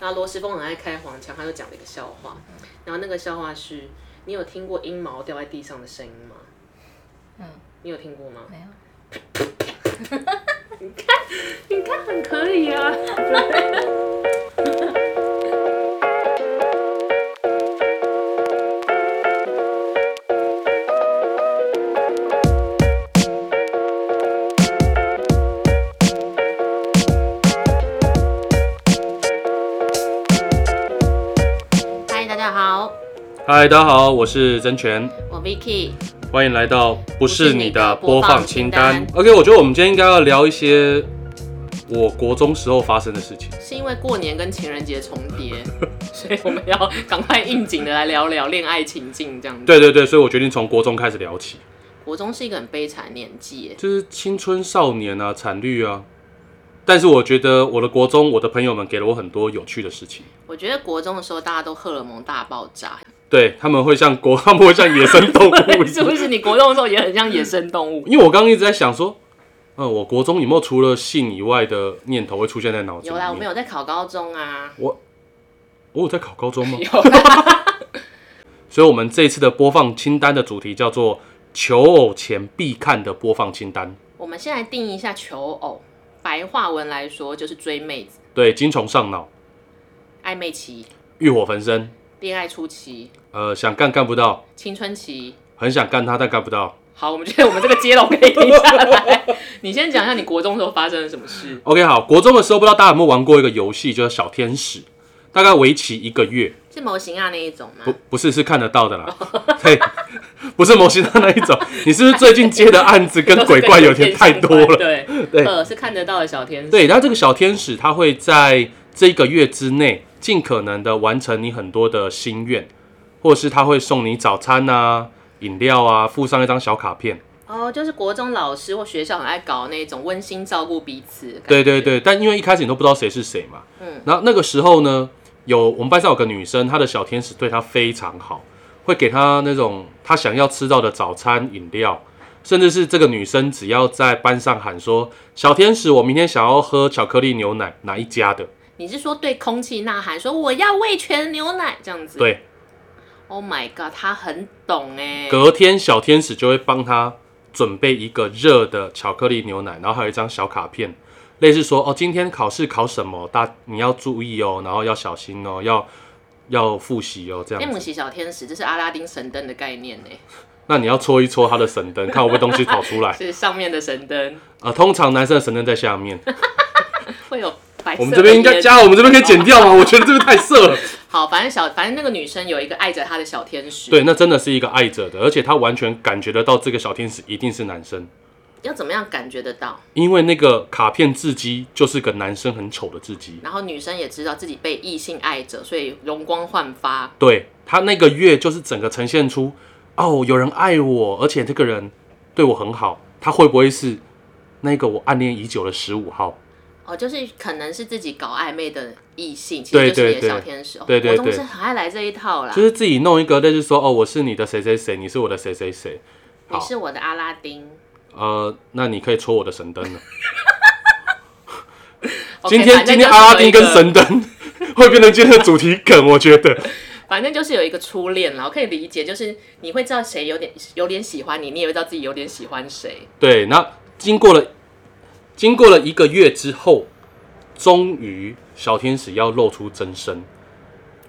然后罗时丰很爱开黄腔，他就讲了一个笑话，然后那个笑话是：你有听过阴毛掉在地上的声音吗？嗯，你有听过吗？没有，你看很可以啊。嗨，大家好，嗨，大家好，我是曾权，我 Vicky。欢迎来到不是你的播放清单。OK，我觉得我们今天应该要聊一些我国中时候发生的事情。是因为过年跟情人节重叠，所以我们要赶快应景的来聊聊恋爱情境这样子。，对对对，所以我决定从国中开始聊起，国中是一个很悲惨的年纪耶，就是青春少年啊，惨绿啊。但是我觉得我的国中，我的朋友们给了我很多有趣的事情。我觉得国中的时候大家都荷尔蒙大爆 炸，对他们会像国， 他们会像野生动物一 是不样。是？你国中的时候也很像野生动 物，因为我刚刚一直在想说，嗯，我国中有没有除了性以外的念头会出现在脑子里有面？哦啦，我们有在考高中啊，我有在考高中吗？有啦，所以，我们这一次的播放清单的主题叫做“求偶前必看的播放清单 我们先来定义一下求偶，白话文来说就是追妹子、”。对，精虫上脑，暧昧期、欲火焚身，恋爱初期、呃，想干干不到，青春期。很想干他但干不到。好，我们觉得我们这个接龙可以停下来。你先讲一下你国中的时候发生了什么事。 OK，好，国中的时候不知道大家有没有玩过一个游戏，叫小天使，大概为期一个月， 是模型啊那一种吗？不不是是看得到的啦，对，不是模型的那一种。你是不是最近接的案子 跟鬼怪有点太多 了？对，对呃，是看得到的小天使。，对，它这个小天使，它会在这个月之内尽可能的完成你很多的心愿，或是他会送你早餐啊、饮料啊，附上一张小卡片。哦，就是国中老师或学校很爱搞那种温馨照顾彼此的感觉。对对对，但因为一开始你都不知道谁是谁嘛，嗯嗯，然后那个时候呢，有我们班上有个女生，她的小天使对她非常好，会给她那种她想要吃到的早餐、饮料，甚至是这个女生只要在班上喊说：“小天使，我明天想要喝巧克力牛奶，哪一家的你是说对空气呐喊说我要味全牛奶这样？”子？对， ，Oh my god，他很懂哎。隔天小天使就会帮他准备一个热的巧克力牛奶，然后还有一张小卡片，类似说哦，今天考试考什么，大你要注意哦，然后要小心哦，要要复习哦，这哎，样姆子。奇小天使，这是阿拉丁神灯的概念欸呢，那你要戳一戳他的神灯，看会不会东西跑出来。是上面的神灯呃，通常男生的神灯在下面，会有白色的烟。我们这边应该加，我们这边可以剪掉吗？我觉得这个太色了。好，反正小，反正那个女生有一个爱着她的小天使。对，那真的是一个爱着的，而且他完全感觉得到这个小天使一定是男生，要怎么样感觉得到？因为那个卡片字迹就是个男生很丑的字迹。然后女生也知道自己被异性爱着，所以容光焕发。对他那个月就是整个呈现出哦，有人爱我，而且这个人对我很好，他会不会是那个我暗恋已久的十五号？哦，就是可能是自己搞暧昧的异性，其实对就是你的对小天使。哦对对国中对生很爱来这一套啦。就是自己弄一个类似说哦，我是你的谁谁谁，你是我的谁谁谁。你好是我的阿拉丁。呃，那你可以戳我的神灯了。 OK，今反正天今就是天阿拉有一丁跟神灯 会变成今天的主题梗，我觉得。个，反正就是有一个初恋啦，我可以理解，就是你会知道谁有点有点喜欢你，你也会知道自己有点喜欢谁。对，那经过了经过了一个月之后，终于小天使要露出真身。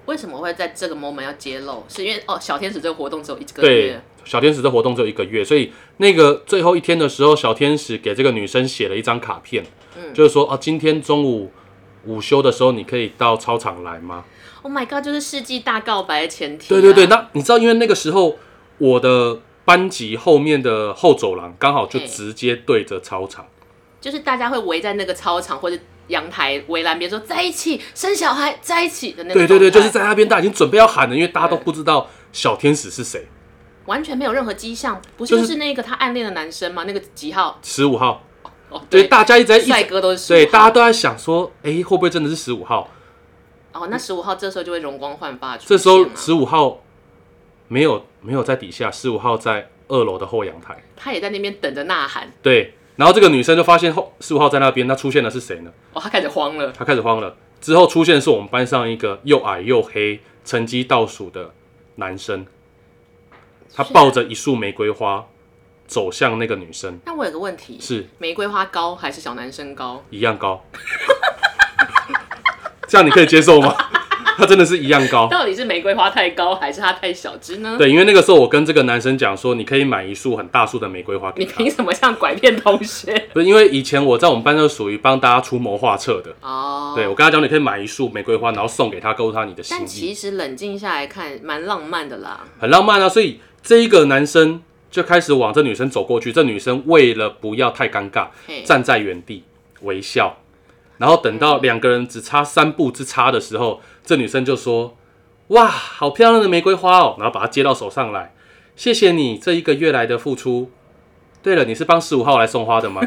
为什么会在这个 moment 要揭露？是因为哦，小天使这个活动只有一个对月，，小天使的活动只有一个月，所以那个最后一天的时候，小天使给这个女生写了一张卡片，嗯就是说啊，今天中午午休的时候，你可以到操场来吗？ Oh my god，就是世纪大告白的前提、啊对对对，，那你知道，因为那个时候我的班级后面的后走廊刚好就嘿直接对着操场，就是大家会围在那个操场或者阳台围栏边说在一起生小孩，在一起的那个对对对，状就态是在那边，大家已经准备要喊了，因为大家都对不知道小天使是谁，完全没有任何迹象，不是就就是是那个他暗恋的男生吗？那个几号？十五号，哦，对，大家一直在一帅直，哥都是15对，号大家都在想说，哎，会不会真的是十五号？哦，那十五号这时候就会容光焕发出现这了。时候十五号没有没有在底下，十五号在二楼的后阳台。他也在那边等着呐喊，对，然后这个女生就发现后十五号在那边，那出现的是谁呢？哦，他开始慌了，她开始慌了。之后出现的是我们班上一个又矮又黑、成绩倒数的男生，他是抱着一束玫瑰花走向那个女生，那我有个问题，是玫瑰花高还是小男生高？一样高。这样你可以接受吗？ 他真的是一样高。到底是玫瑰花太高还是它太小只呢？对，因为那个时候我跟这个男生讲说，你可以买一束很大束的玫瑰花给你他凭。什么像拐骗同 学？不是因为以前我在我们班就属于帮大家出谋划策的。哦，对，我跟他讲，你可以买一束玫瑰花，然后送给他，告诉他你的心但意，其实冷静下来看，蛮浪漫的啦。很浪漫啊。所以这一个男生就开始往这女生走过去，这女生为了不要太尴尬，嘿，站在原地微笑，然后等到两个人只差三步之差的时候，这女生就说：“哇，好漂亮的玫瑰花哦！”然后把它接到手上来，谢谢你这一个月来的付出。对了，你是帮十五号来送花的吗？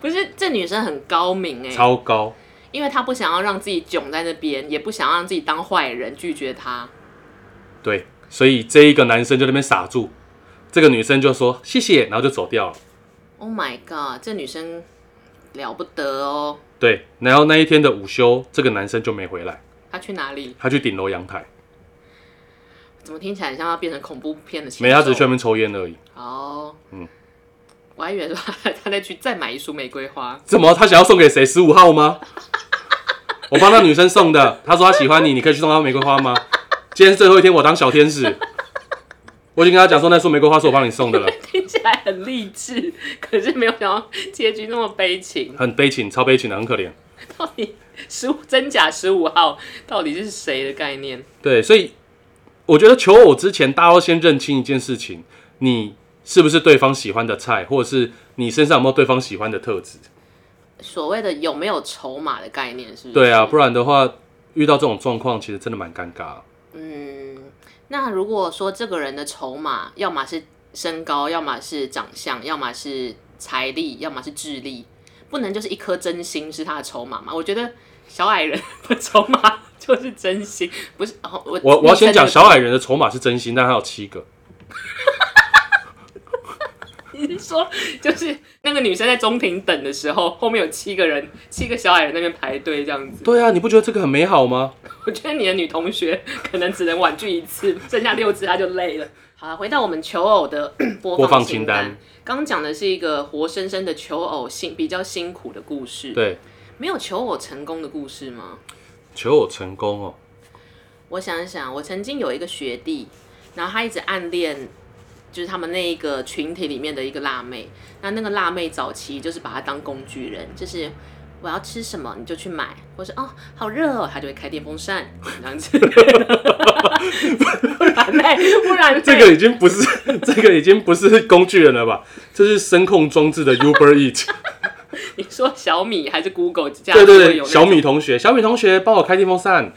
不是这女生很高明哎、超高，因为她不想要让自己囧在那边，也不想让自己当坏人，拒绝她。对，所以这一个男生就在那边傻住，这个女生就说谢谢，然后就走掉了。 Oh my god，这女生了不得哦！对，然后那一天的午休，这个男生就没回来，她去哪里？他去顶楼阳台，怎么听起来很像要变成恐怖片的情？没，他只是去那边抽烟而已。哦，嗯嗯，我还以为说她再去再买一束玫瑰花，怎么？他想要送给谁？十五号吗？ 我帮那女生送的，她说她喜欢你，你可以去送她玫瑰花吗？今天是最后一天，我当小天使。我已经跟她讲说，那束玫瑰花是我帮你送的了，听起来很励志，可是没有想到结局那么悲情。很悲情，超悲情的，很可怜。到底十五真假十五号到底是谁的概念？对，所以我觉得求偶之前，大家要先认清一件事情：你是不是对方喜欢的菜，或者是你身上有没有对方喜欢的特质？所谓的有没有筹码的概念是不是？对啊，不然的话，遇到这种状况，其实真的蛮尴尬。嗯，那如果说这个人的筹码，要么是身高，要么是长相，要么是财力，要么是智力，不能就是一颗真心是他的筹码嘛？我觉得小矮人的筹码 就是真心，不是哦。我我我要先讲小矮人，人的筹码是真心，但他有七个。你是说就是那个女生在中庭等的时候，后面有七个人，七个小矮人那边排队这样子。 对啊，你不觉得这个很美好吗？我觉得你的女同学可能只能婉拒一次，剩下六次她就累了。好啊，回到我们求偶的 播播放放清清单单。刚讲的是一个活生生的求偶辛比较辛苦的故事，，对，没有求偶成功的故事吗？求偶成功哦，我想一想，我曾经有一个学弟，然后他一直暗恋，就是他们那一个群体里面的一个辣妹。那那个辣妹早期就是把他当工具人，就是我要吃什么你就去买，或是哦好热哦，他就会开电风扇这样 子。不然呢？不然呢这个已经不是 这个已经不是工具人了吧？这是声控装置的 Uber Eat。你说小米还是 Google 这样对对会有对，那小种米同学，小米同学帮我开电风扇。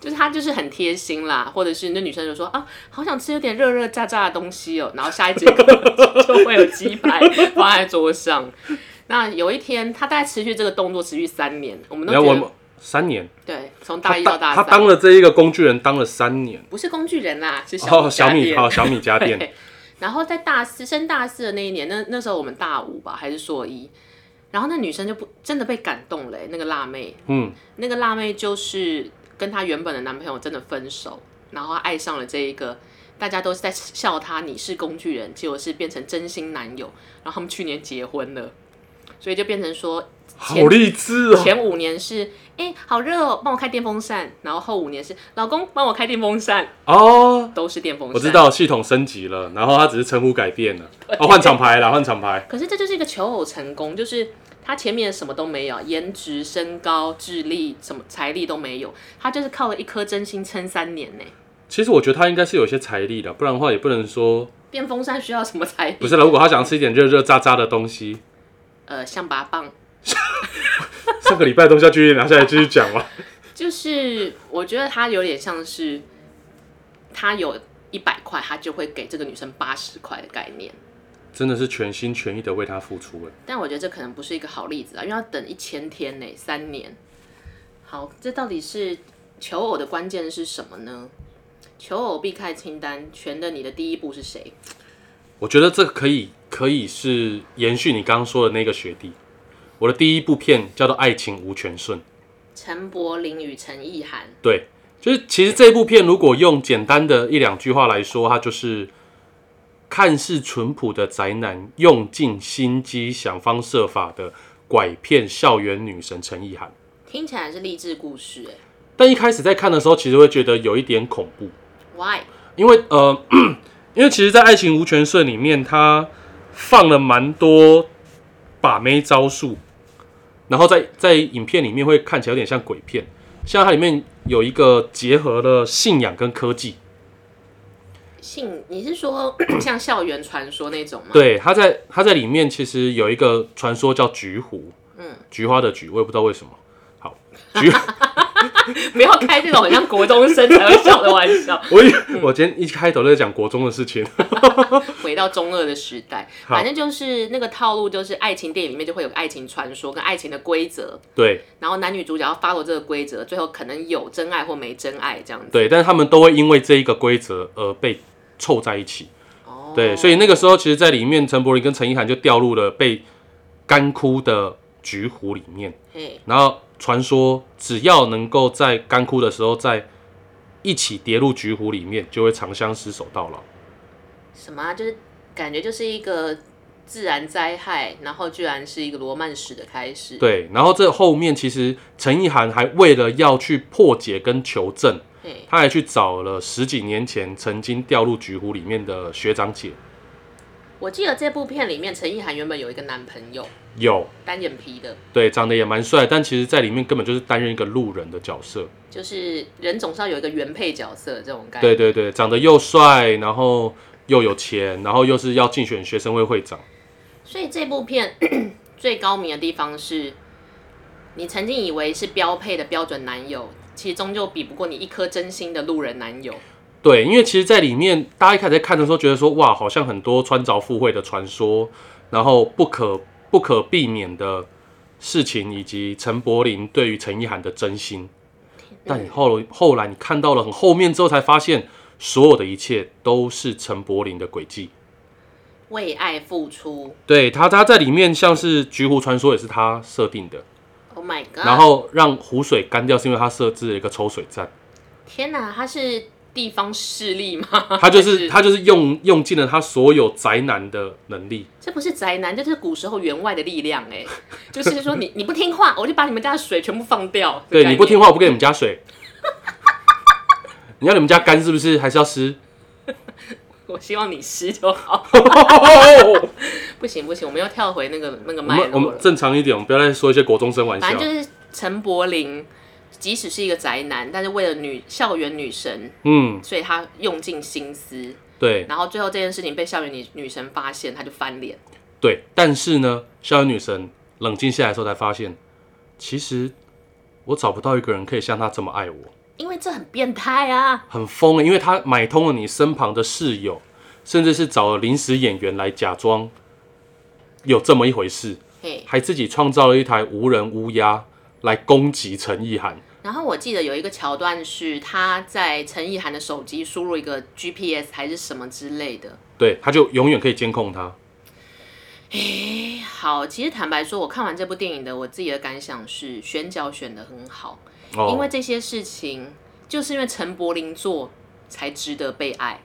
就是他就是很贴心啦，或者是那女生就说啊，好想吃有点热热炸炸的东西哦，然后 下一节课就会有鸡排放在桌上。那有一天，他大概持续这个动作持续三年，我们都然后觉我得们三年，对，从他大一到大他三，当了这一个工具人，当了三年。不是工具人啦，是小哦，小米，家电好，小米家电， 对，然后在大四升大四的那一年，那那时候我们大五吧，还是硕一，然后那女生就不真的被感动了欸、那个辣妹，嗯，那个辣妹就是跟她原本的男朋友真的分手，然后她爱上了这一个，大家都是在笑她你是工具人，结果是变成真心男友，然后他们去年结婚了，所以就变成说好励志哦。前五年是哎、诶好热哦，帮我开电风扇，然后后五年是老公帮我开电风扇，哦，都是电风扇，我知。道系统升级了，然后他只是称呼改变 了，哦，换厂牌了，换厂牌。可是这就是一个求偶成功，就是他前面什么都没有，颜值、身高、智力、什么财力都没有，他就是靠了一颗真心撑三年呢、其实我觉得他应该是有一些财力的，不然的话也不能说电风扇需要什么才不是了。如果他想吃一点热热炸炸的东西， 呃象拔蚌，上个礼拜的东西要继续拿下来继续讲吗？就是我觉得他有点像是他有一百块，他就会给这个女生八十块的概念。真的是全心全意的为他付出哎，但我觉得这可能不是一个好例子啊，因为要等一千天呢、三年。好，这到底是求偶的关键是什么呢？求偶避开清单，全的你的第一步是谁？我觉得这个可以可以是延续你刚刚说的那个学弟，我的第一部片叫做《爱情无权顺》，陈柏霖与陈意涵，对，就是其实这部片如果用简单的一两句话来说，它就是看似淳朴的宅男，用尽心机想方设法的拐骗校园女神陈意涵。听起来是励志故事哎、但一开始在看的时候，其实会觉得有一点恐怖， Why？因为呃， 因为其实，在《爱情无权顺》里面，他放了蛮多把妹招数，然后在在影片里面会看起来有点像鬼片，像它里面有一个结合了信仰跟科技，信你是说像校园传说那种吗？，对，他在他在里面其实有一个传说叫菊湖，嗯菊花的菊，我也不知道为什么。好，菊，不要开这种很像国中生才会笑的玩 笑。我以我今天一开头在讲国中的事情， 回到中二的时代，好反正就是那个套路，就是爱情电影里面就会有个爱情传说跟爱情的规则，对然后男女主角要 follow 这个规则，最后可能有真爱或没真爱这样子。对，但是他们都会因为这一个规则而被凑在一起。哦对，所以那个时候其实，在里面陈柏霖跟陈意涵就掉入了被干枯的菊湖里面，嘿，然后传说只要能够在干枯的时候在一起跌入菊湖里面，就会长相厮守到老。什么、啊、就是感觉就是一个自然灾害，然后居然是一个罗曼史的开始。，对，然后这后面其实陈意涵还为了要去破解跟求证，嘿，他还去找了十几年前曾经掉入菊湖里面的学长姐，我记得这部片里面陈意涵原本有一个男朋友，有单眼皮的，对长得也蛮帅，但其实在里面根本就是担任一个路人的角色。就是人总是要有一个原配角色这种概念。对对对，长得又帅，然后又有钱，然后又是要竞选学生会会长。所以这部片 最高明的地方是，你曾经以为是标配的标准男友，其实终究比不过你一颗真心的路人男友。对，因为其实，在里面大家一开始在看的时候，觉得说哇，好像很多穿凿附会的传说，然后不可不可避免的事情，以及陈柏霖对于陈意涵的真心。但你后后来你看到了很后面之后，才发现所有的一切都是陈柏霖的诡计。为爱付出对他，他在里面像是《菊湖传说》也是他设定的， ，Oh my god！然后让湖水干掉，是因为他设置了一个抽水站。天哪，他是地方势力吗？ 他就还是他就是用用尽了他所有宅男的能力，这不是宅男，这是古时候员外的力量哎、 就是说你你不听话，我就把你们家的水全部放掉。对，这你不概念听话，我不给你们加 水。你要你们家干是不是？还是 要湿？我希望你湿就好。 不行不行，我们要跳回那个那个我脉们我络们了。正常一点，我们不要再说一些国中生玩笑反。正就是陈柏霖，即使是一个宅男，但是为了女校园女神，嗯，所以他用尽心思，对然后最后这件事情被校园女女神发现，他就翻脸。对。但是呢，校园女神冷静下来的时候才发现，其实我找不到一个人可以像她这么爱我，因为这很变态啊！很疯欸因为她买通了你身旁的室友，甚至是找了临时演员来假装有这么一回事。嘿，还自己创造了一台无人乌鸦来攻击陈意涵。然后我记得有一个桥段是他在陈意涵的手机输入一个 GPS 还是什么之类的。对，他就永远可以监控他。哎，好，其实坦白说，我看完这部电影的我自己的感想是，选角选的很好，哦，因为这些事情就是因为陈柏霖做才值得被爱。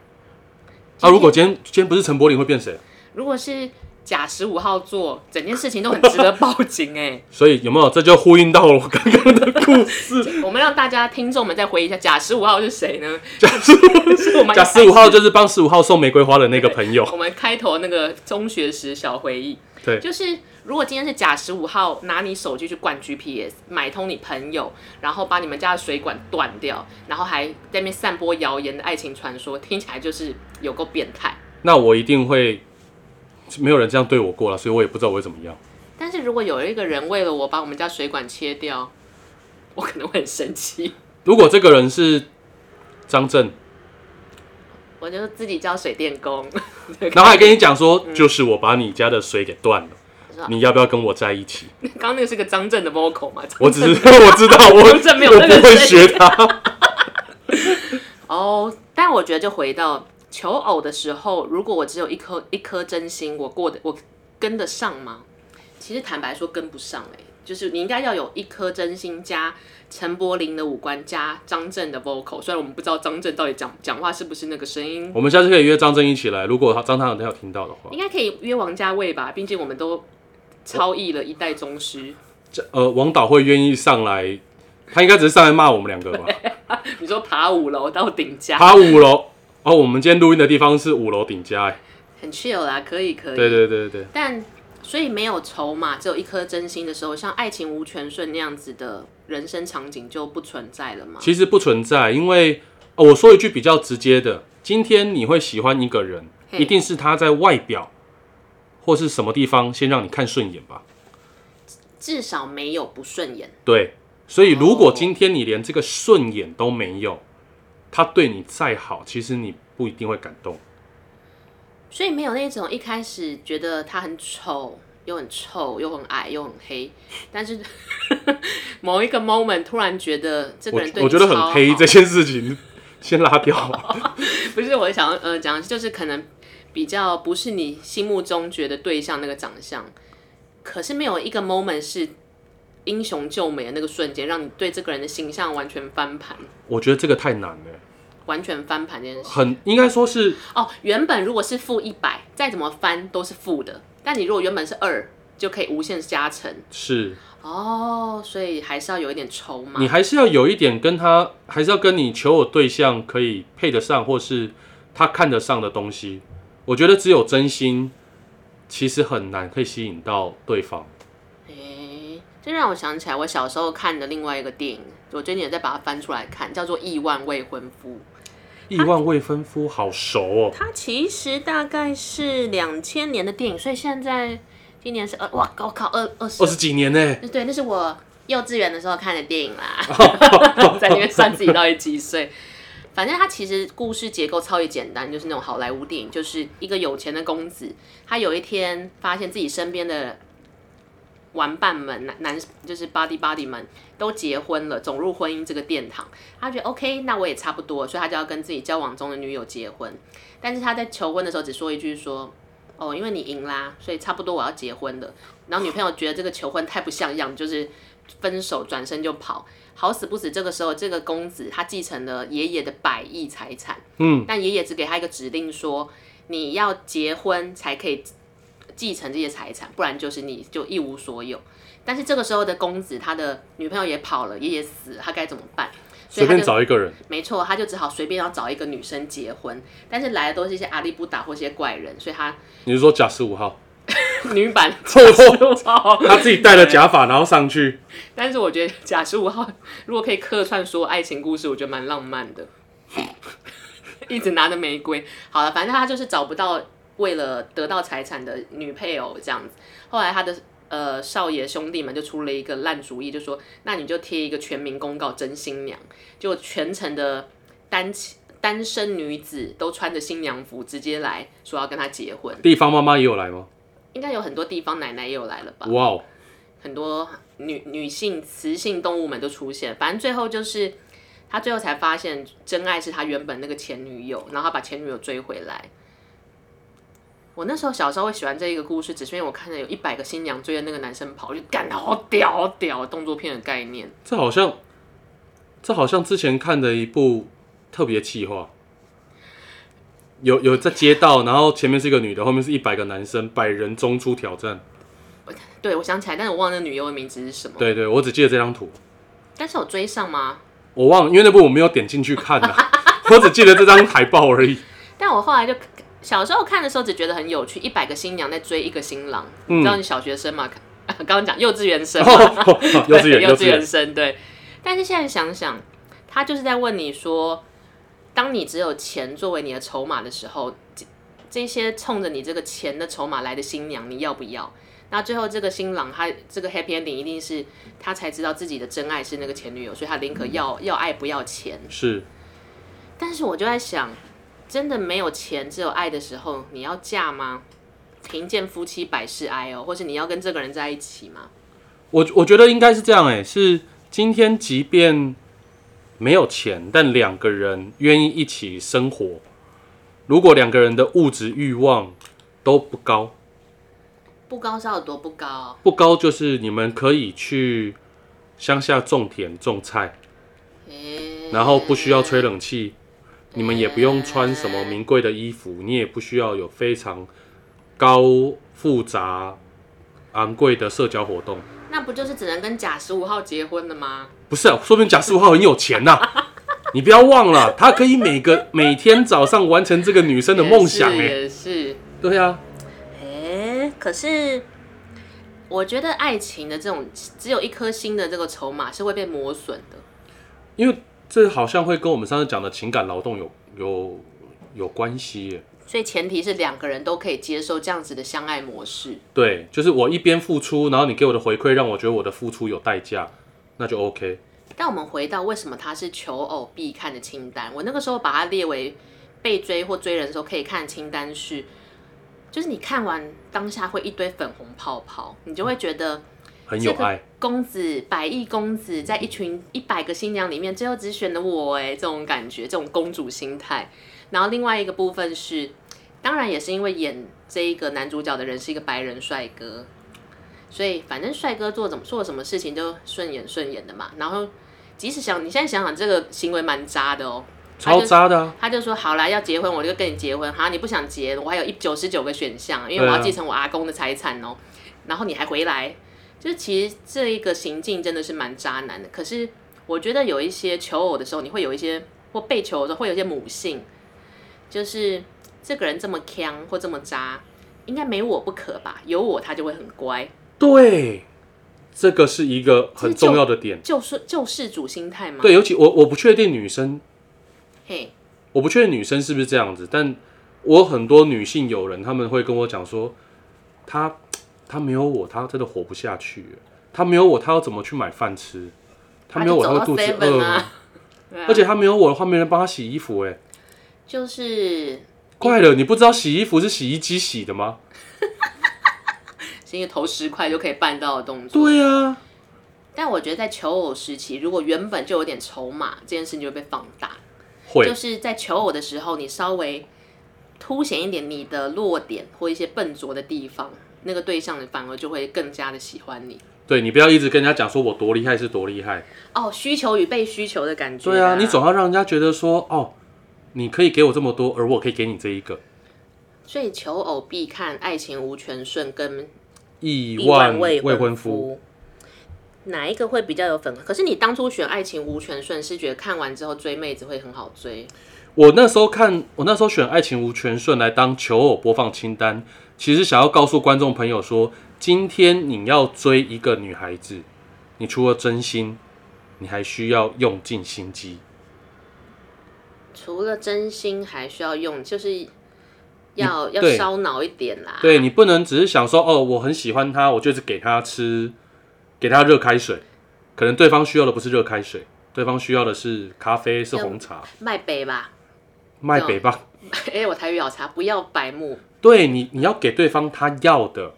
啊，如果今天今天不是陈柏霖会变谁？如果是甲十五号做，整件事情都很值得报警哎、 所以有没有这就呼应到我刚刚的故 事？我们让大家听众们再回忆一下，甲十五号是谁呢？假十是 我们假一开始十五号就是帮十五号送玫瑰花的那个朋友。我们开头那个中学时小回忆，对就是如果今天是甲十五号拿你手机去灌 GPS，买通你朋友，然后把你们家的水管断掉，然后还在那边散播谣言的爱情传说，听起来就是有够变态。那我一定会，没有人这样对我过了，所以我也不知道我会怎么样。但是如果有一个人为了我把我们家水管切掉，我可能会很生气，如果这个人是张震，我就自己叫水电工。 然后还跟你讲说，就是我把你家的水给断啊了，你要不要跟我在一 起？刚刚那个是个张震的 vocal 嘛？我只是我知道 我张震没有我那个不会声音学他。 哦，但我觉得就回到求偶的时候，如果我只有一颗一颗真心，我过得我跟得上吗？其实坦白说跟不上哎、就是你应该要有一颗真心加陈柏霖的五官加张震的 vocal，虽然我们不知道张震到底讲讲话是不是那个声音，我们下次可以约张真一起来，如果他张汤他有听到的话应。该可以约王家卫吧，毕竟我们都超译了一代宗师。 这呃，王导会愿意上来，他应该只是上来骂我们两个吧？ 你说爬五楼到顶家，他五楼哦，我们今天录音的地方是五楼顶家、哎，很 chill 啦，可以可以。对对对对，但所以没有筹码，只有一颗真心的时候，像爱情无权顺那样子的人生场景就不存在了嘛？其实不存在，因为、哦、我说一句比较直接的，今天你会喜欢一个人，嘿一定是他在外表或是什么地方先让你看顺眼吧？至少没有不顺眼。对，所以如果哦今天你连这个顺眼都没有，他对你再好，其实你不一定会感动。所以没有那种一开始觉得他很丑，又很臭，又很矮，又很黑，但是 某一个 moment 突然觉得这个我人对你我觉得超很黑好这件事情，先拉掉。 不是我想要呃讲，就是可能比较不是你心目中觉得对象那个长相，可是没有一个 moment 是英雄救美的那个瞬间，让你对这个人的形象完全翻盘，我觉得这个太难了。完全翻盘这件事。很应该说是哦，原本如果是负一百，再怎么翻都是负的，但你如果原本是二，就可以无限加成。是，哦，所以还是要有一点筹码你。还是要有一点跟他，还是要跟你求偶对象可以配得上，或是他看得上的东西。我觉得只有真心，其实很难可以吸引到对方。诶，这让我想起来我小时候看的另外一个电影，我最近也在把它翻出来看，叫做《亿万未婚夫》。亿万未婚夫好熟哦，它其实大概是两千年的电影，所以现在今年是二哇，我靠二二十二，十几年呢，对，那是我幼稚园的时候看的电影啦， 在那边算自己到底几岁。反正它其实故事结构超级简单，就是那种好莱坞电影，就是一个有钱的公子，他有一天发现自己身边的玩伴们，男男就是 buddy buddy 们都结婚了，走入婚姻这个殿堂，他觉得 OK，那我也差不多，所以他就要跟自己交往中的女友结婚。但是他在求婚的时候只说一句说，哦，因为你赢啦，所以差不多我要结婚了。然后女朋友觉得这个求婚太不像样，就是分手转身就跑。好死不死，这个时候这个公子他继承了爷爷的百亿财产，嗯，但爷爷只给他一个指令说，你要结婚才可以继承这些财产，不然就是你就一无所有。但是这个时候的公子，他的女朋友也跑了，爷爷死了，他该怎么办？所随以他便就找一个人，没错，他就只好随便要找一个女生结婚，但是来的都是一些阿力不打或一些怪人，所以他你是说假十五号，女版 他自己戴了假发然后上去，但是我觉得假十五号如果可以客串说爱情故事，我觉得蛮浪漫的。一直拿着玫瑰，好了，反正他就是找不到为了得到财产的女配偶这样子。后来他的呃少爷兄弟们就出了一个烂主意，就说那你就贴一个全民公告征新娘，就全城的单亲单身女子都穿着新娘服直接来说要跟他结婚。地方妈妈也有来吗？应该有很多地方奶奶也有来了吧？哇哦，很多女女性雌性动物们都出现，反正最后就是他最后才发现真爱是他原本那个前女友，然后他把前女友追回来。我那时候小时候会喜欢这一个故事，只是因为我看着有一百个新娘追着那个男生跑，我就干好屌好屌，动作片的概念。这好像，这好像之前看的一部特别企划，有有在街道，然后前面是一个女的，后面是一百个男生，百人中出挑战。对，我想起来，但是我忘了那女优的名字是什么。对对，我只记得这张图，但是我追上吗？我忘了，因为那部我没有点进去看啦， 我只记得这张海报而已。但我后来就小时候看的时候只觉得很有趣，一百个新娘在追一个新郎，嗯你知道你小学生嘛？ 刚刚讲幼稚园生然嘛，后 哦幼稚园， 对幼幼稚稚园园，生对。但是现在想想，他就是在问你说，当你只有钱作为你的筹码的时候，这这些冲着你这个钱的筹码来的新娘，你要不要？那最后这个新郎他这个 happy ending 一定是他才知道自己的真爱是那个前女友，所以他宁可要要爱不要钱。是但是我就在想，真的没有钱只有爱的时候，你要嫁吗？贫贱夫妻百事哀哦，或是你要跟这个人在一起吗？我我觉得应该是这样、欸，哎，是今天即便没有钱，但两个人愿意一起生活，如果两个人的物质欲望都不高，不高是要有多不高？哦不高就是你们可以去乡下种田种菜，诶然后不需要吹冷气，你们也不用穿什么名贵的衣服，你也不需要有非常高复杂昂贵的社交活动。那不就是只能跟甲十五号结婚了吗？不是、啊，说明贾十五号很有钱呐、你不要忘了，他可以每个每天早上完成这个女生的梦想哎、也是。对啊，哎、可是我觉得爱情的这种只有一颗心的这个筹码是会被磨损的。因为这好像会跟我们上次讲的情感劳动有有有关系耶。所以前提是两个人都可以接受这样子的相爱模式。对，就是我一边付出，然后你给我的回馈让我觉得我的付出有代价，那就 OK。但我们回到为什么它是求偶必看的清单，我那个时候把它列为被追或追人的时候可以看的清单是，就是你看完当下会一堆粉红泡泡，你就会觉得很有这爱个，公子百亿公子在一群一百个新娘里面，最后只选了我哎，这种感觉，这种公主心态。然后另外一个部分是，当然也是因为演这一个男主角的人是一个白人帅哥，所以反正帅哥做怎么做什么事情就顺眼顺眼的嘛。然后即使想你现在想想这个行为蛮渣的哦，超渣的、啊。他就说好啦，要结婚我就跟你结婚，好你不想结，我还有一九十九个选项，因为我要对啊继承我阿公的财产哦、然后你还回来，就是其实这一个行径真的是蛮渣男的。可是我觉得有一些求偶的时候，你会有一些或被求偶的时候会有一些母性，就是这个人这么强或这么渣，应该没我不可吧？有我他就会很乖，对，这个是一个很重要的点。救世救世主心态嘛。，对，尤其我我不确定女生，嘿，我不确定女生是不是这样子，但我很多女性友人他们会跟我讲说，她她没有我，她真的活不下去。她没有我，她要怎么去买饭吃？她没有我，她他就会走肚到子 seven 饿啊吗？，对啊而且她没有我的话，没人帮她洗衣服、哎，就是快了，你不知道洗衣服是洗衣机洗的吗？是一个投十块就可以办到的动作。对啊，但我觉得在求偶时期，如果原本就有点筹码，这件事情就会被放大。就会是在求偶的时候，你稍微凸显一点你的弱点或一些笨拙的地方，那个对象反而就会更加的喜欢你。对你不要一直跟人家讲说我多厉害是多厉害，哦，需求与被需求的感觉、对啊，你总要让人家觉得说哦，你可以给我这么多，而我可以给你这一个所以求偶必看《爱情无权顺》跟亿亿万未未婚夫。夫，哪一个会比较有粉？可是你当初选《爱情无权顺》是觉得看完之后追妹子会很好追，我那时候看，我那时候选《爱情无权顺》来当求偶播放清单，其实想要告诉观众朋友说，今天你要追一个女孩子，你除了真心，你还需要用尽心机。除了真心还需要用，就是要要对烧脑一点啦。对你不能只是想说，哦，我很喜欢她，我就是给她吃，给她热开水。可能对方需要的不是热开水，对方需要的是咖啡，是红茶，卖北吧， 卖北吧。哎、我台语好差，不要白目。对你，你要给对方他要的，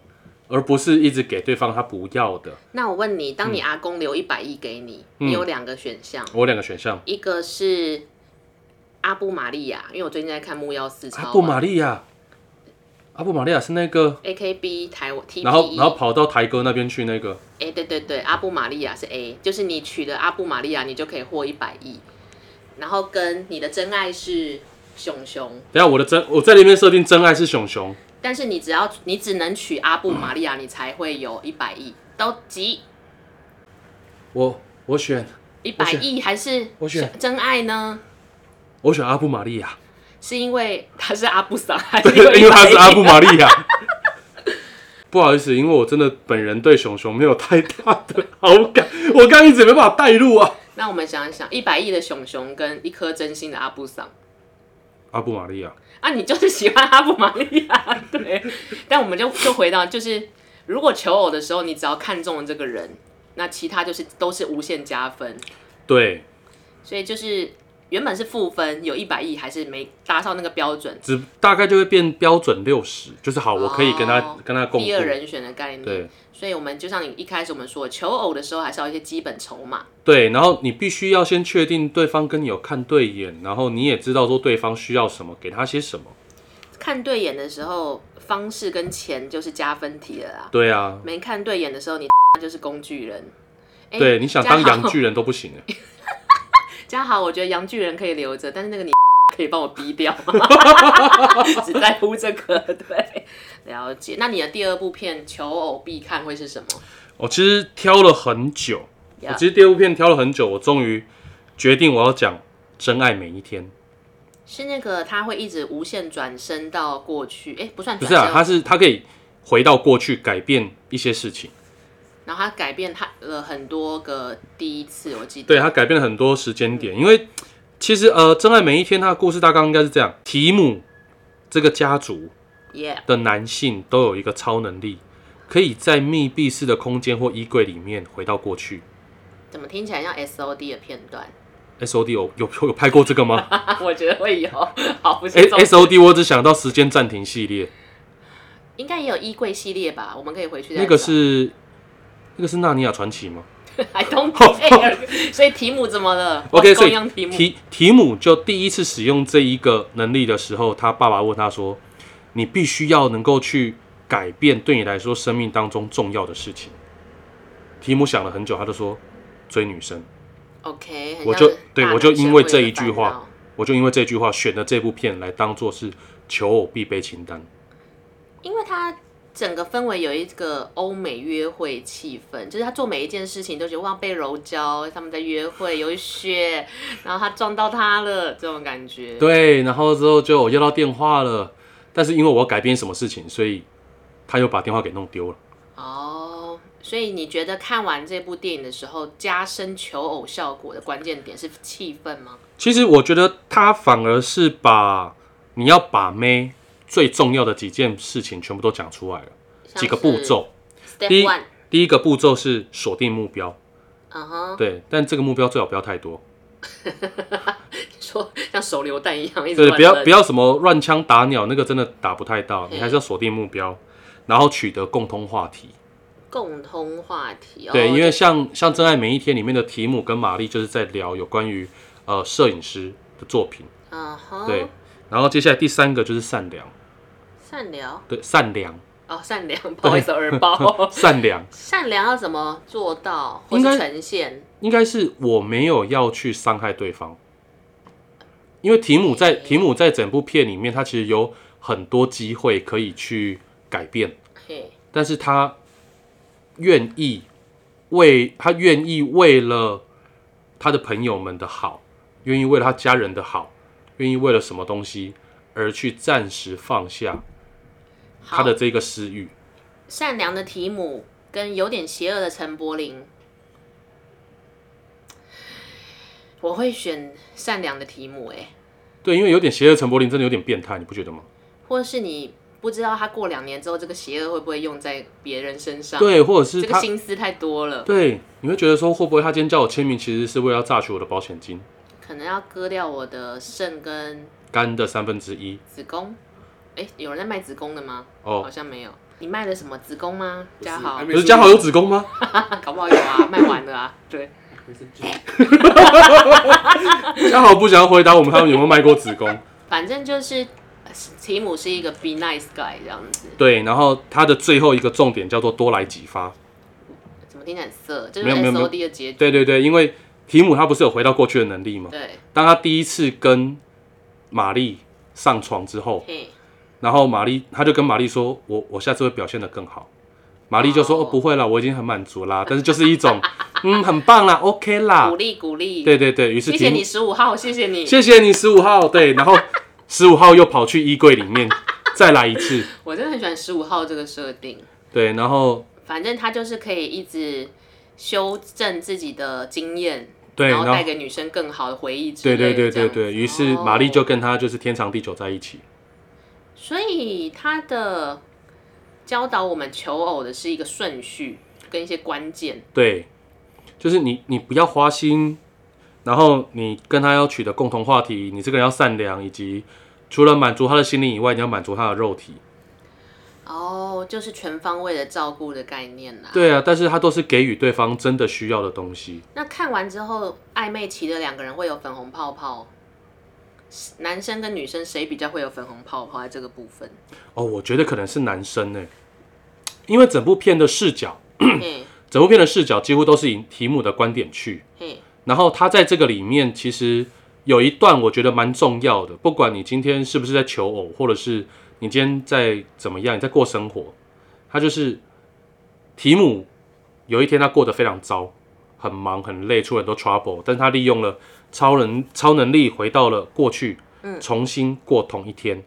而不是一直给对方他不要的。那我问你，当你阿公留一百亿给你，嗯你有两个选项，我有两个选项。一个是阿布玛利亚，因为我最近在看《木曜四超》阿布玛利亚，阿布玛利亚是那个， A K B 台湾 T P E 然后然后跑到台哥那边去那个，哎、对对对，阿布玛利亚是 A，就是你娶了阿布玛利亚，你就可以获一百亿。然后跟你的真爱是熊熊，等一下我的真我在里面设定真爱是熊熊，但是你只要你只能娶阿嗯布玛利亚，你才会有一百亿。都急，我我选一百亿还是我选真爱呢？我选阿布玛利 亚，是因为他是阿布桑，还是对，因为 因为他是阿布布玛利亚。 不好意思，因为我真的本人对熊熊没有太大的好感， 我刚一直没办法带入啊。那我们想一想，一百亿的熊熊跟一颗真心的阿布桑阿布玛利亚，啊，你就是喜欢阿布玛利亚，对。但我们就就回到，就是如果求偶的时候，你只要看中了这个人，那其他就是都是无限加分。对，所以就是原本是负分，有一百亿还是没达到那个标准，只大概就会变标准六十，就是好，我可以跟他、哦跟他共度第。二人选的概念。对所以我们就像你一开始我们说，求偶的时候还是要一些基本筹码。对，然后你必须要先确定对方跟你有看对眼，然后你也知道说对方需要什么，给他些什么。看对眼的时候，方式跟钱就是加分题了啦。对啊，没看对眼的时候，你 就是工具人。哎对，你想当嘉豪洋巨人都不行哎， 嘉豪，我觉得杨巨人可以留着，但是那个你 可以帮我逼掉吗？ 只在乎这个，对，了解。那你的第二部片《求偶必看》会是什么？我哦其实挑了很久，我 Yeah，其实第二部片挑了很久，我终于决定我要讲《真爱每一天》，是那个他会一直无限转身到过去，哎、不算不转是身，啊，它是它可以回到过去改变一些事情，然后他改变他了很多个第一次，我记得。对，它改变了很多时间点，因为其实呃，《真爱每一天》它的故事大纲应该是这样：提姆这个家族 Yeah，的男性都有一个超能力，可以在密闭式的空间或衣柜里面回到过去。怎么听起来像 S O D 的片段？ S O D 有有有拍过这个吗 我觉得会有， 好 不是重点？S O D 我只想到时间暂停系列，应该也有衣柜系列吧？我们可以回去再那个找是那个是纳尼亚传奇吗？ I don't care。所以题目怎么了 Oh, OK，同所以样哦题目。提提姆就第一次使用这一个能力的时候，他爸爸问他说：“你必须要能够去改变对你来说生命当中重要的事情。”提姆想了很久，他就说：“追女生。 OK，很像我就是对大我就男生因为会这的一句烦话恼，”我就因为这句话选了这部片来当做是求偶必备清单。因为他整个氛围有一个欧美约会气氛，就是他做每一件事情都觉得哇被柔焦，他们在约会有雪，然后他撞到他了这种感觉。对，然后之后就我要到电话了，但是因为我要改变什么事情，所以他又把电话给弄丢了。哦，所以你觉得看完这部电影的时候，加深求偶效果的关键点是气氛吗？其实我觉得他反而是把你要把妹最重要的几件事情全部都讲出来了，几个步骤。像是，Step 第一 One，第一个步骤是锁定目标，嗯哼，对，但这个目标最好不要太多，说像手榴弹一样一直对，乱不要扔不要什么乱枪打鸟，那个真的打不太到，你还是要锁定目标，然后取得共通话题。共通话题。对，哦因为像像《真爱每一天》里面的提姆跟玛丽就是在聊有关于呃摄影师的作品，嗯哼，对，，然后接下来第三个就是善良，善良对，善良，。哦，善良，不好意思，耳包 善良。善良要怎么做到，或应是该呈现？应该是我没有要去伤害对方，因为提姆在嗯提姆在整部片里面，他其实有很多机会可以去改变，嘿，但是他愿意为他愿意为了他的朋友们的好，愿意为了他家人的好，愿意为了什么东西而去暂时放下好他的这个私欲。善良的提姆跟有点邪恶的陈柏霖，我会选善良的提姆、欸，对，因为有点邪恶陈柏霖真的有点变态，你不觉得吗？或是你不知道他过两年之后，这个邪恶会不会用在别人身上？，对，或者是啊这他个心思太多了，对，你会觉得说会不会他今天叫我签名，其实是为了要榨取我的保险金，可能要割掉我的肾跟肝的三分之一子宫。哎、有人在卖子宫的吗？好哦。像没有。你卖了什么子宫吗？不是嘉豪还，没可是嘉豪有子 宫吗？搞不好有啊，卖完 了啊。对，回声剂嘉豪不想要回答我们他们有没有卖过子宫。反正就是呃提姆是一个 be nice guy 这样子，对，然后他的最后一个重点叫做多来几发。怎么听起来很色？就是没有没有没 S 有 O D 的结局。对对对，因为提姆他不是有回到过去的能力吗？对，当他第一次跟玛丽上床之后，嘿，然后玛丽他就跟玛丽说：“我我下次会表现得更好。”玛丽就说：“哦哦，不会啦，我已经很满足啦。”但是就是一种嗯，很棒啦，OK 啦鼓。励鼓励。，啊对对对，于是谢提谢姆你十五号，谢谢你。谢谢你十五号，对，然后十五号又跑去衣柜里面再来一次，我真的很喜欢十五号这个设定，对，然后反正他就是可以一直修正自己的经验，对，然后然带后给女生更好的回忆之对类的对对这样对子对，于是玛丽哦就跟他就是天长地久在一起，所以他的教导我们求偶的是一个顺序跟一些关键，对，就是你你不要花心，然后你跟他要取得共同话题，你这个人要善良，以及除了满足他的心灵以外，你要满足他的肉体，哦，就是全方位的照顾的概念啦。对啊，但是他都是给予对方真的需要的东西，那看完之后，暧昧期的两个人会有粉红泡泡，男生跟女生谁比较会有粉红泡泡在这个部 分？哦，我觉得可能是男生呢、因为整部片的视角，嘿，整部片的视角几乎都是以提姆的观点去。嘿，然后他在这个里面其实有一段我觉得蛮重要的，不管你今天是不是在求偶，或者是你今天在怎么样，你在过生活，他就是提姆有一天他过得非常糟，很忙很累，出很多 trouble，但是他利用了超能超能力回到了过去，嗯重新过同一天，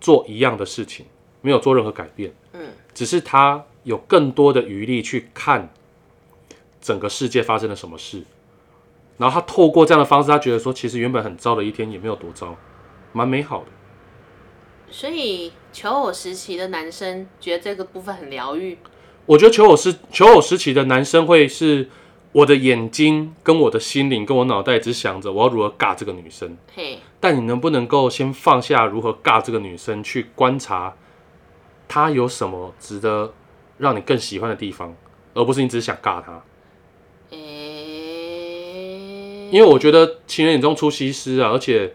做一样的事情，没有做任何改变，嗯，只是他有更多的余力去看整个世界发生了什么事。然后他透过这样的方式，他觉得说，其实原本很糟的一天也没有多糟，蛮美好的。所以求偶时期的男生觉得这个部分很疗愈，我觉得求偶时求偶时期的男生会是我的眼睛跟我的心灵跟我脑袋只想着我要如何尬这个女生，嘿，但你能不能够先放下如何尬这个女生，去观察她有什么值得让你更喜欢的地方，而不是你只是想尬她。诶、因为我觉得情人眼中出西施啊，而且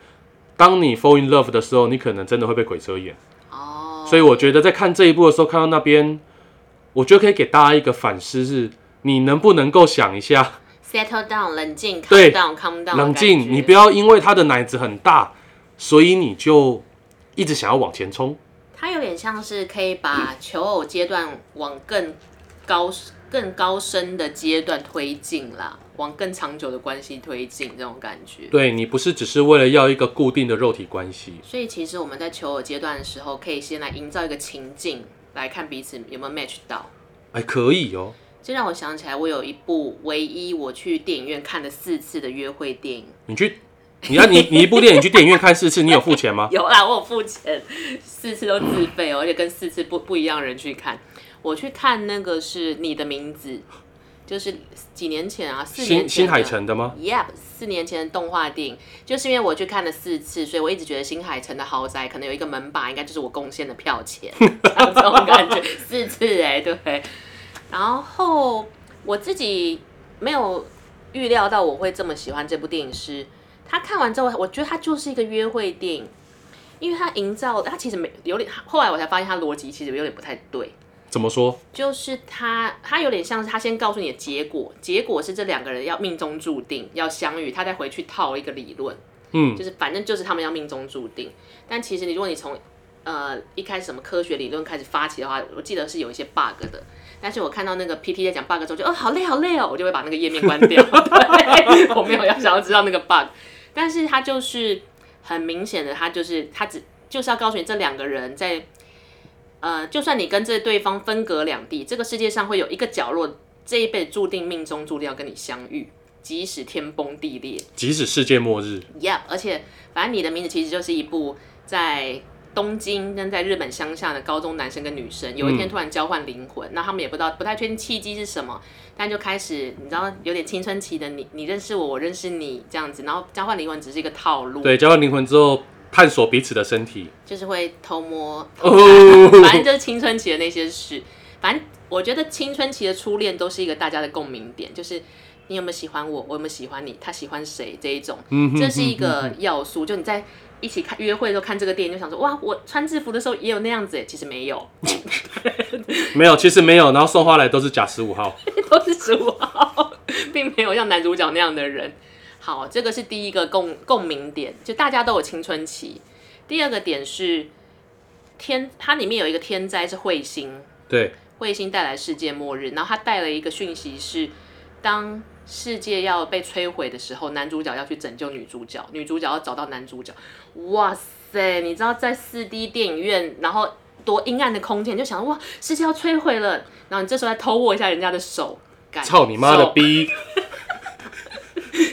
当你 fall in love 的时候，你可能真的会被鬼遮眼。哦，所以我觉得在看这一部的时候，看到那边，我觉得可以给大家一个反思是：你能不能够想一下， settle down，冷静对，calm down，calm down，冷静，你不要。要因为他的奶子很大，所以你就一直想要往前冲。它有点像是可以把求偶阶段往更高、更高深的阶段推进啦，往更长久的关系推进这种感觉。对你不是只是为了要一个固定的肉体关系，所以其实我们在求偶阶段的时候，可以先来营造一个情境，来看彼此有没有 match 到。哎，可以哦。这让我想起来，我有一部唯一我去电影院看了四次的约会电影，你去，你啊要你你一部电影去电影院看四次，你有付钱吗？有啦，我有付钱，四次都自费哦，而且跟四次不不一样的人去看。我去看那个是《你的名字》，就是几年前啊，四年新前新的海诚的吗？ Yep，四年前的动画电影，就是因为我去看了四次，所以我一直觉得新海诚的豪宅可能有一个门把，应该就是我贡献的票钱，像这种感觉，四次哎、对。然后我自己没有预料到我会这么喜欢这部电影是，他看完之后，我觉得他就是一个约会电影，因为他营造他其实没有点，后来我才发现他逻辑其实有点不太对。怎么说？就是他，他有点像是他先告诉你的结果，结果是这两个人要命中注定要相遇，他再回去套一个理论，嗯，就是反正就是他们要命中注定。但其实你如果你从呃一开始什么科学理论开始发起的话，我记得是有一些 bug 的。但是我看到那个 PT 在讲 bug 之后，就哦好累好累哦，我就会把那个页面关掉。对，我没有要想要知道那个 bug，但是他就是很明显的，他就是他只就是要告诉你这两个人在呃，就算你跟这对方分隔两地，这个世界上会有一个角落，这一辈子注定命中注定要跟你相遇，即使天崩地裂。即使世界末日， Yep，而且反正你的名字其实就是一部在东京跟在日本乡下的高中男生跟女生，有一天突然交换灵魂，那、他们也不知道不太确定契机是什么，但就开始你知道有点青春期的你，你认识我，我认识你这样子，然后交换灵魂只是一个套路，对，交换灵魂之后，探索彼此的身体。就是会偷摸哦， 反正就是青春期的那些事。反正我觉得青春期的初恋都是一个大家的共鸣点，就是你有没有喜欢我，我有没有喜欢你，他喜欢谁这一种，这是一个要素。就你在一起看约会的时候看这个电影，就想说哇，我穿制服的时候也有那样子耶，欸其实没有， 没有，其实没有。然后送花来都是假十五号。都是十五号，并没有像男主角那样的人。好，这个是第一个共共鸣点，就大家都有青春期。第二个点是天，它里面有一个天灾是彗星，对，彗星带来世界末日，然后他带了一个讯息是，当世界要被摧毁的时候，男主角要去拯救女主角，女主角要找到男主角。哇塞，你知道在四 D 电影院，然后多阴暗的空间，你就想哇，世界要摧毁了，然后你这时候再偷握一下人家的手，感操你妈的受！逼！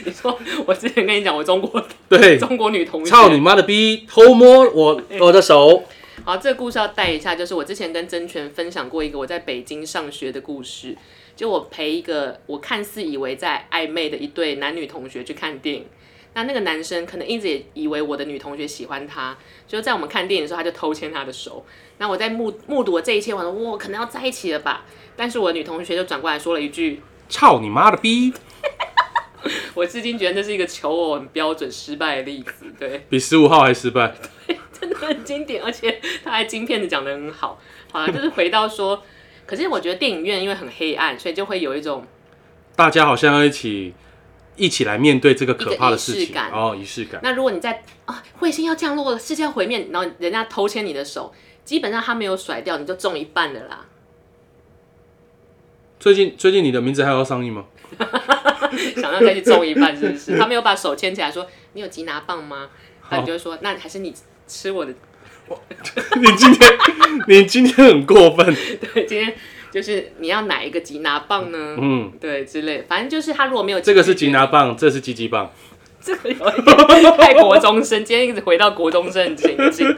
你说我之前跟你讲，我中 国对，中国女同学，哎操你妈的逼！偷摸我我的手。好，这个故事要带一下，就是我之前跟曾权分享过一个我在北京上学的故事，就我陪一个我看似以为在暧昧的一对男女同学去看电影。那那个男生可能一直也以为我的女同学喜欢他，就在我们看电影的时候，他就偷牵她的手。那我在目目睹了这一切，我说哇，可能要在一起了吧？但是我的女同学就转过来说了一句：“操你妈的逼！我至今觉得那是一个求偶很标准失败的例子，对，比十五号还失败。真的很 经典，而且他还金片子讲得很好。好了，就是回到说， 可是我觉得电影院因为很黑暗，所以就会有一种大家好像要一起一起来面对这个可怕的一个事仪式情感哦，仪式感。那如果你在啊彗星要降落了，世界要毁灭，然后人家偷牵你的手，基本上他没有甩掉，你就中一半的啦。最近最近你的名字还要上映吗？ 想要再去中一半是不是？他没有把手牵起来说你有吉拿棒吗？那你就会说那还是你吃我的。 你今天你今天很过 分，对，今天就是你要哪一个吉拿棒呢？嗯，对，之类，反正就是他如果没有这个是吉拿棒，这是鸡鸡棒，这个有一点 太国中生，今天一直回到国中生的情境。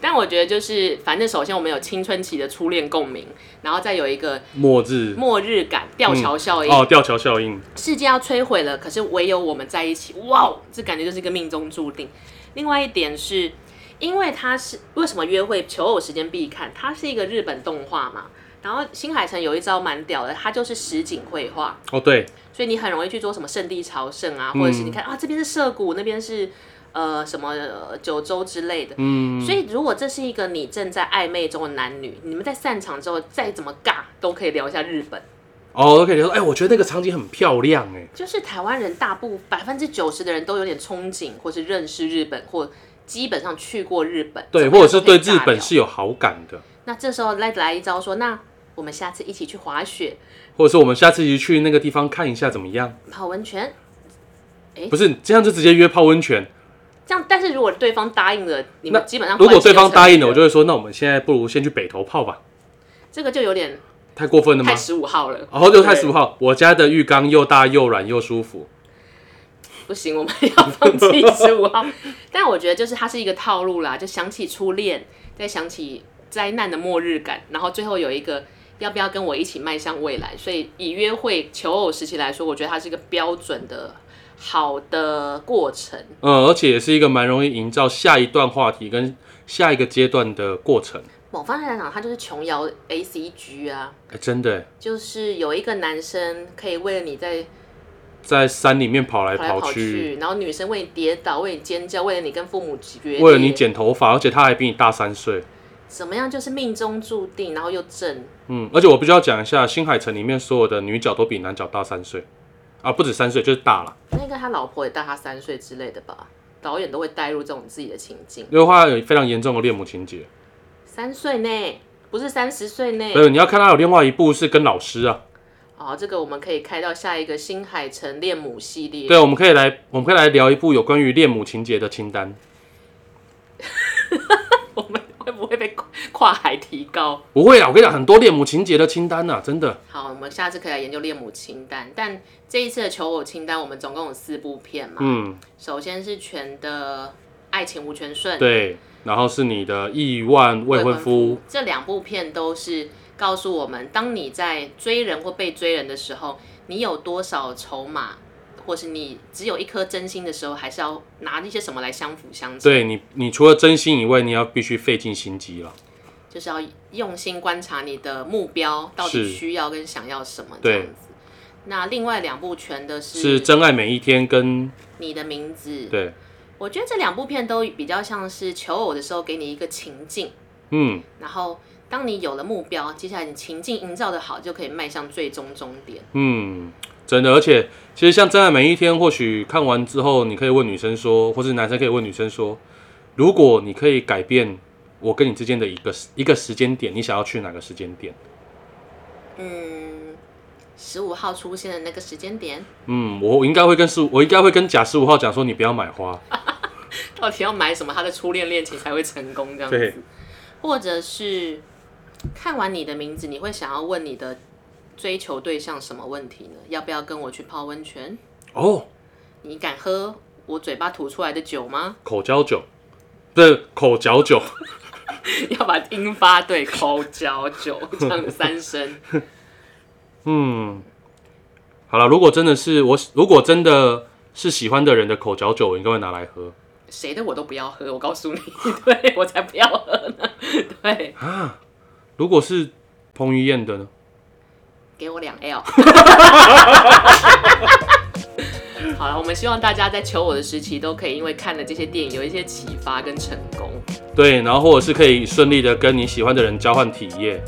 但我觉得就是，反正首先我们有青春期的初恋共鸣，然后再有一个末日末日感、吊桥效应，哦，吊桥效应，世界要摧毁了，可是唯有我们在一起，哇哦，这感觉就是一个命中注定。另外一点是，因为它是为什么约会求偶时间必看，它是一个日本动画嘛。然后新海诚有一招蛮屌的，它就是实景绘画，哦对，所以你很容易去做什么圣地朝圣嗯啊，或者是你看、啊这边是涩谷，那边是呃什么呃九州之类的。嗯，所以如果这是一个你正在暧昧中的男女，你们在散场之后再怎么尬都可以聊一下日本。哦 OK，你说，哎，我觉得那个场景很漂亮，哎，就是台湾人大部百分之九十的人都有点憧憬，或是认识日本，或基本上去过日本，对，怎或么样者是都可对以日尬本聊是有好感的，那这时候来来一招说，那我们下次一起去滑雪、或者是我们下次一起去那个地方看一下怎么样？泡温泉，不是这样就直接约泡温泉。这样。但是如果对方答应了，你那们基本上如果关系对就方答应了，成我立就会说，那我们现在不如先去北头泡吧，这个就有点太过分了吗哦太？十五号了，然后就太对十五号，我家的浴缸又大又软又舒服。不行，我们要放 弃十五号。但我觉得就是它是一个套路啦，就想起初恋，再想起灾难的末日感，然后最后有一个要不要跟我一起迈向未来。所以以约会求偶时期来说，我觉得它是一个标准的好的过程。嗯，而且也是一个蛮容易营造下一段话题跟下一个阶段的过程。某方面来讲，它就是琼瑶 A C G 啊，哎，真的耶就是有一个男生可以为了你在在山里面跑来跑来跑跑去，去，然后女生为你跌倒，为你尖叫，为了你跟父母决裂，为了你剪头发，而且他还比你大三岁。怎么样，就是命中注定，然后又正。嗯，而且我必须要讲一下，《新海诚》里面所有的女角都比男角大三岁，啊，不止三岁，就是大了。那应该他老婆也大他三岁之类的吧？导演都会带入这种自己的情境。因为他有非常严重的恋母情节。三岁内，不是三十岁内还。有你要看他有另外一部是跟老师啊，哦，这个我们可以开到下一个新海诚恋母系列。对，我们可以来，我们可以来聊一部有关于恋母情节的清单。我们会不会被跨跨海提高？不会啊，我跟你讲，很多恋母情节的清单呐、啊，真的。好，我们下次可以来研究恋母清单。但这一次的求偶清单，我们总共有四部片嘛。嗯，首先是全的《爱情无全顺》，对。然后是你的亿万未婚夫，这两部片都是告诉我们，当你在追人或被追人的时候，你有多少筹码，或是你只有一颗真心的时候，还是要拿一些什么来相辅相成，对你，你除了真心以外，你要必须费尽心机了。就是要用心观察你的目标到是底需要跟想要什么这对样子。那另外两部全的是是真爱每一天跟你的名字，对，我觉得这两部片都比较像是求偶的时候给你一个情境，嗯，然后当你有了目标，接下来你情境营造的好，就可以迈向最终终点。嗯，真的，而且其实像《真爱每一天》，或许看完之后，你可以问女生说，或是男生可以问女生说，如果你可以改变我跟你之间的一个一个时间点，你想要去哪个时间点？嗯，十五号出现的那个时间点，嗯，我应该会跟十五，我应该会跟甲十五号讲说，你不要买花。到底要买什么，他的初恋恋情才会成功这样对子？或者是看完你的名字，你会想要问你的追求对象什么问题呢？要不要跟我去泡温泉？哦，你敢喝我嘴巴吐出来的酒吗？ 口交酒，不是口嚼酒，要把音发对，口嚼酒这样三声。嗯，好了，如果真的是我，如果真的是喜欢的人的口嚼酒，我应该会拿来喝谁的我都不要喝，我告诉你， 对我才不要喝呢。对，啊。如果是彭于晏 的呢？给我两 L。好了，我们希望大家在求我的时期，都可以因为看了这些电影有一些启发跟成功。对，然后或者是可以顺利的跟你喜欢的人交换体验。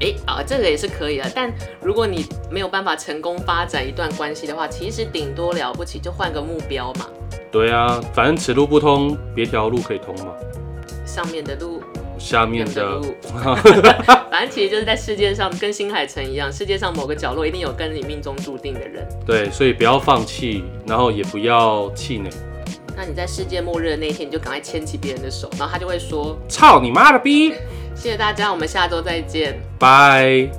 诶，啊，这个也是可以的。但如果你没有办法成功发展一段关系的话，其实顶多了不起就换个目标嘛，对啊，反正此路不通，别条路可以通嘛。上面的路，下面面的路， 反正其实就是在世界上跟新海诚一样，世界上某个角落一定有跟你命中注定的人。对，所以不要放弃，然后也不要气馁。那你在世界末日的那一天，你就赶快牵起别人的手，然后他就会说操你妈的逼！：“谢谢大家，我们下周再见。”拜。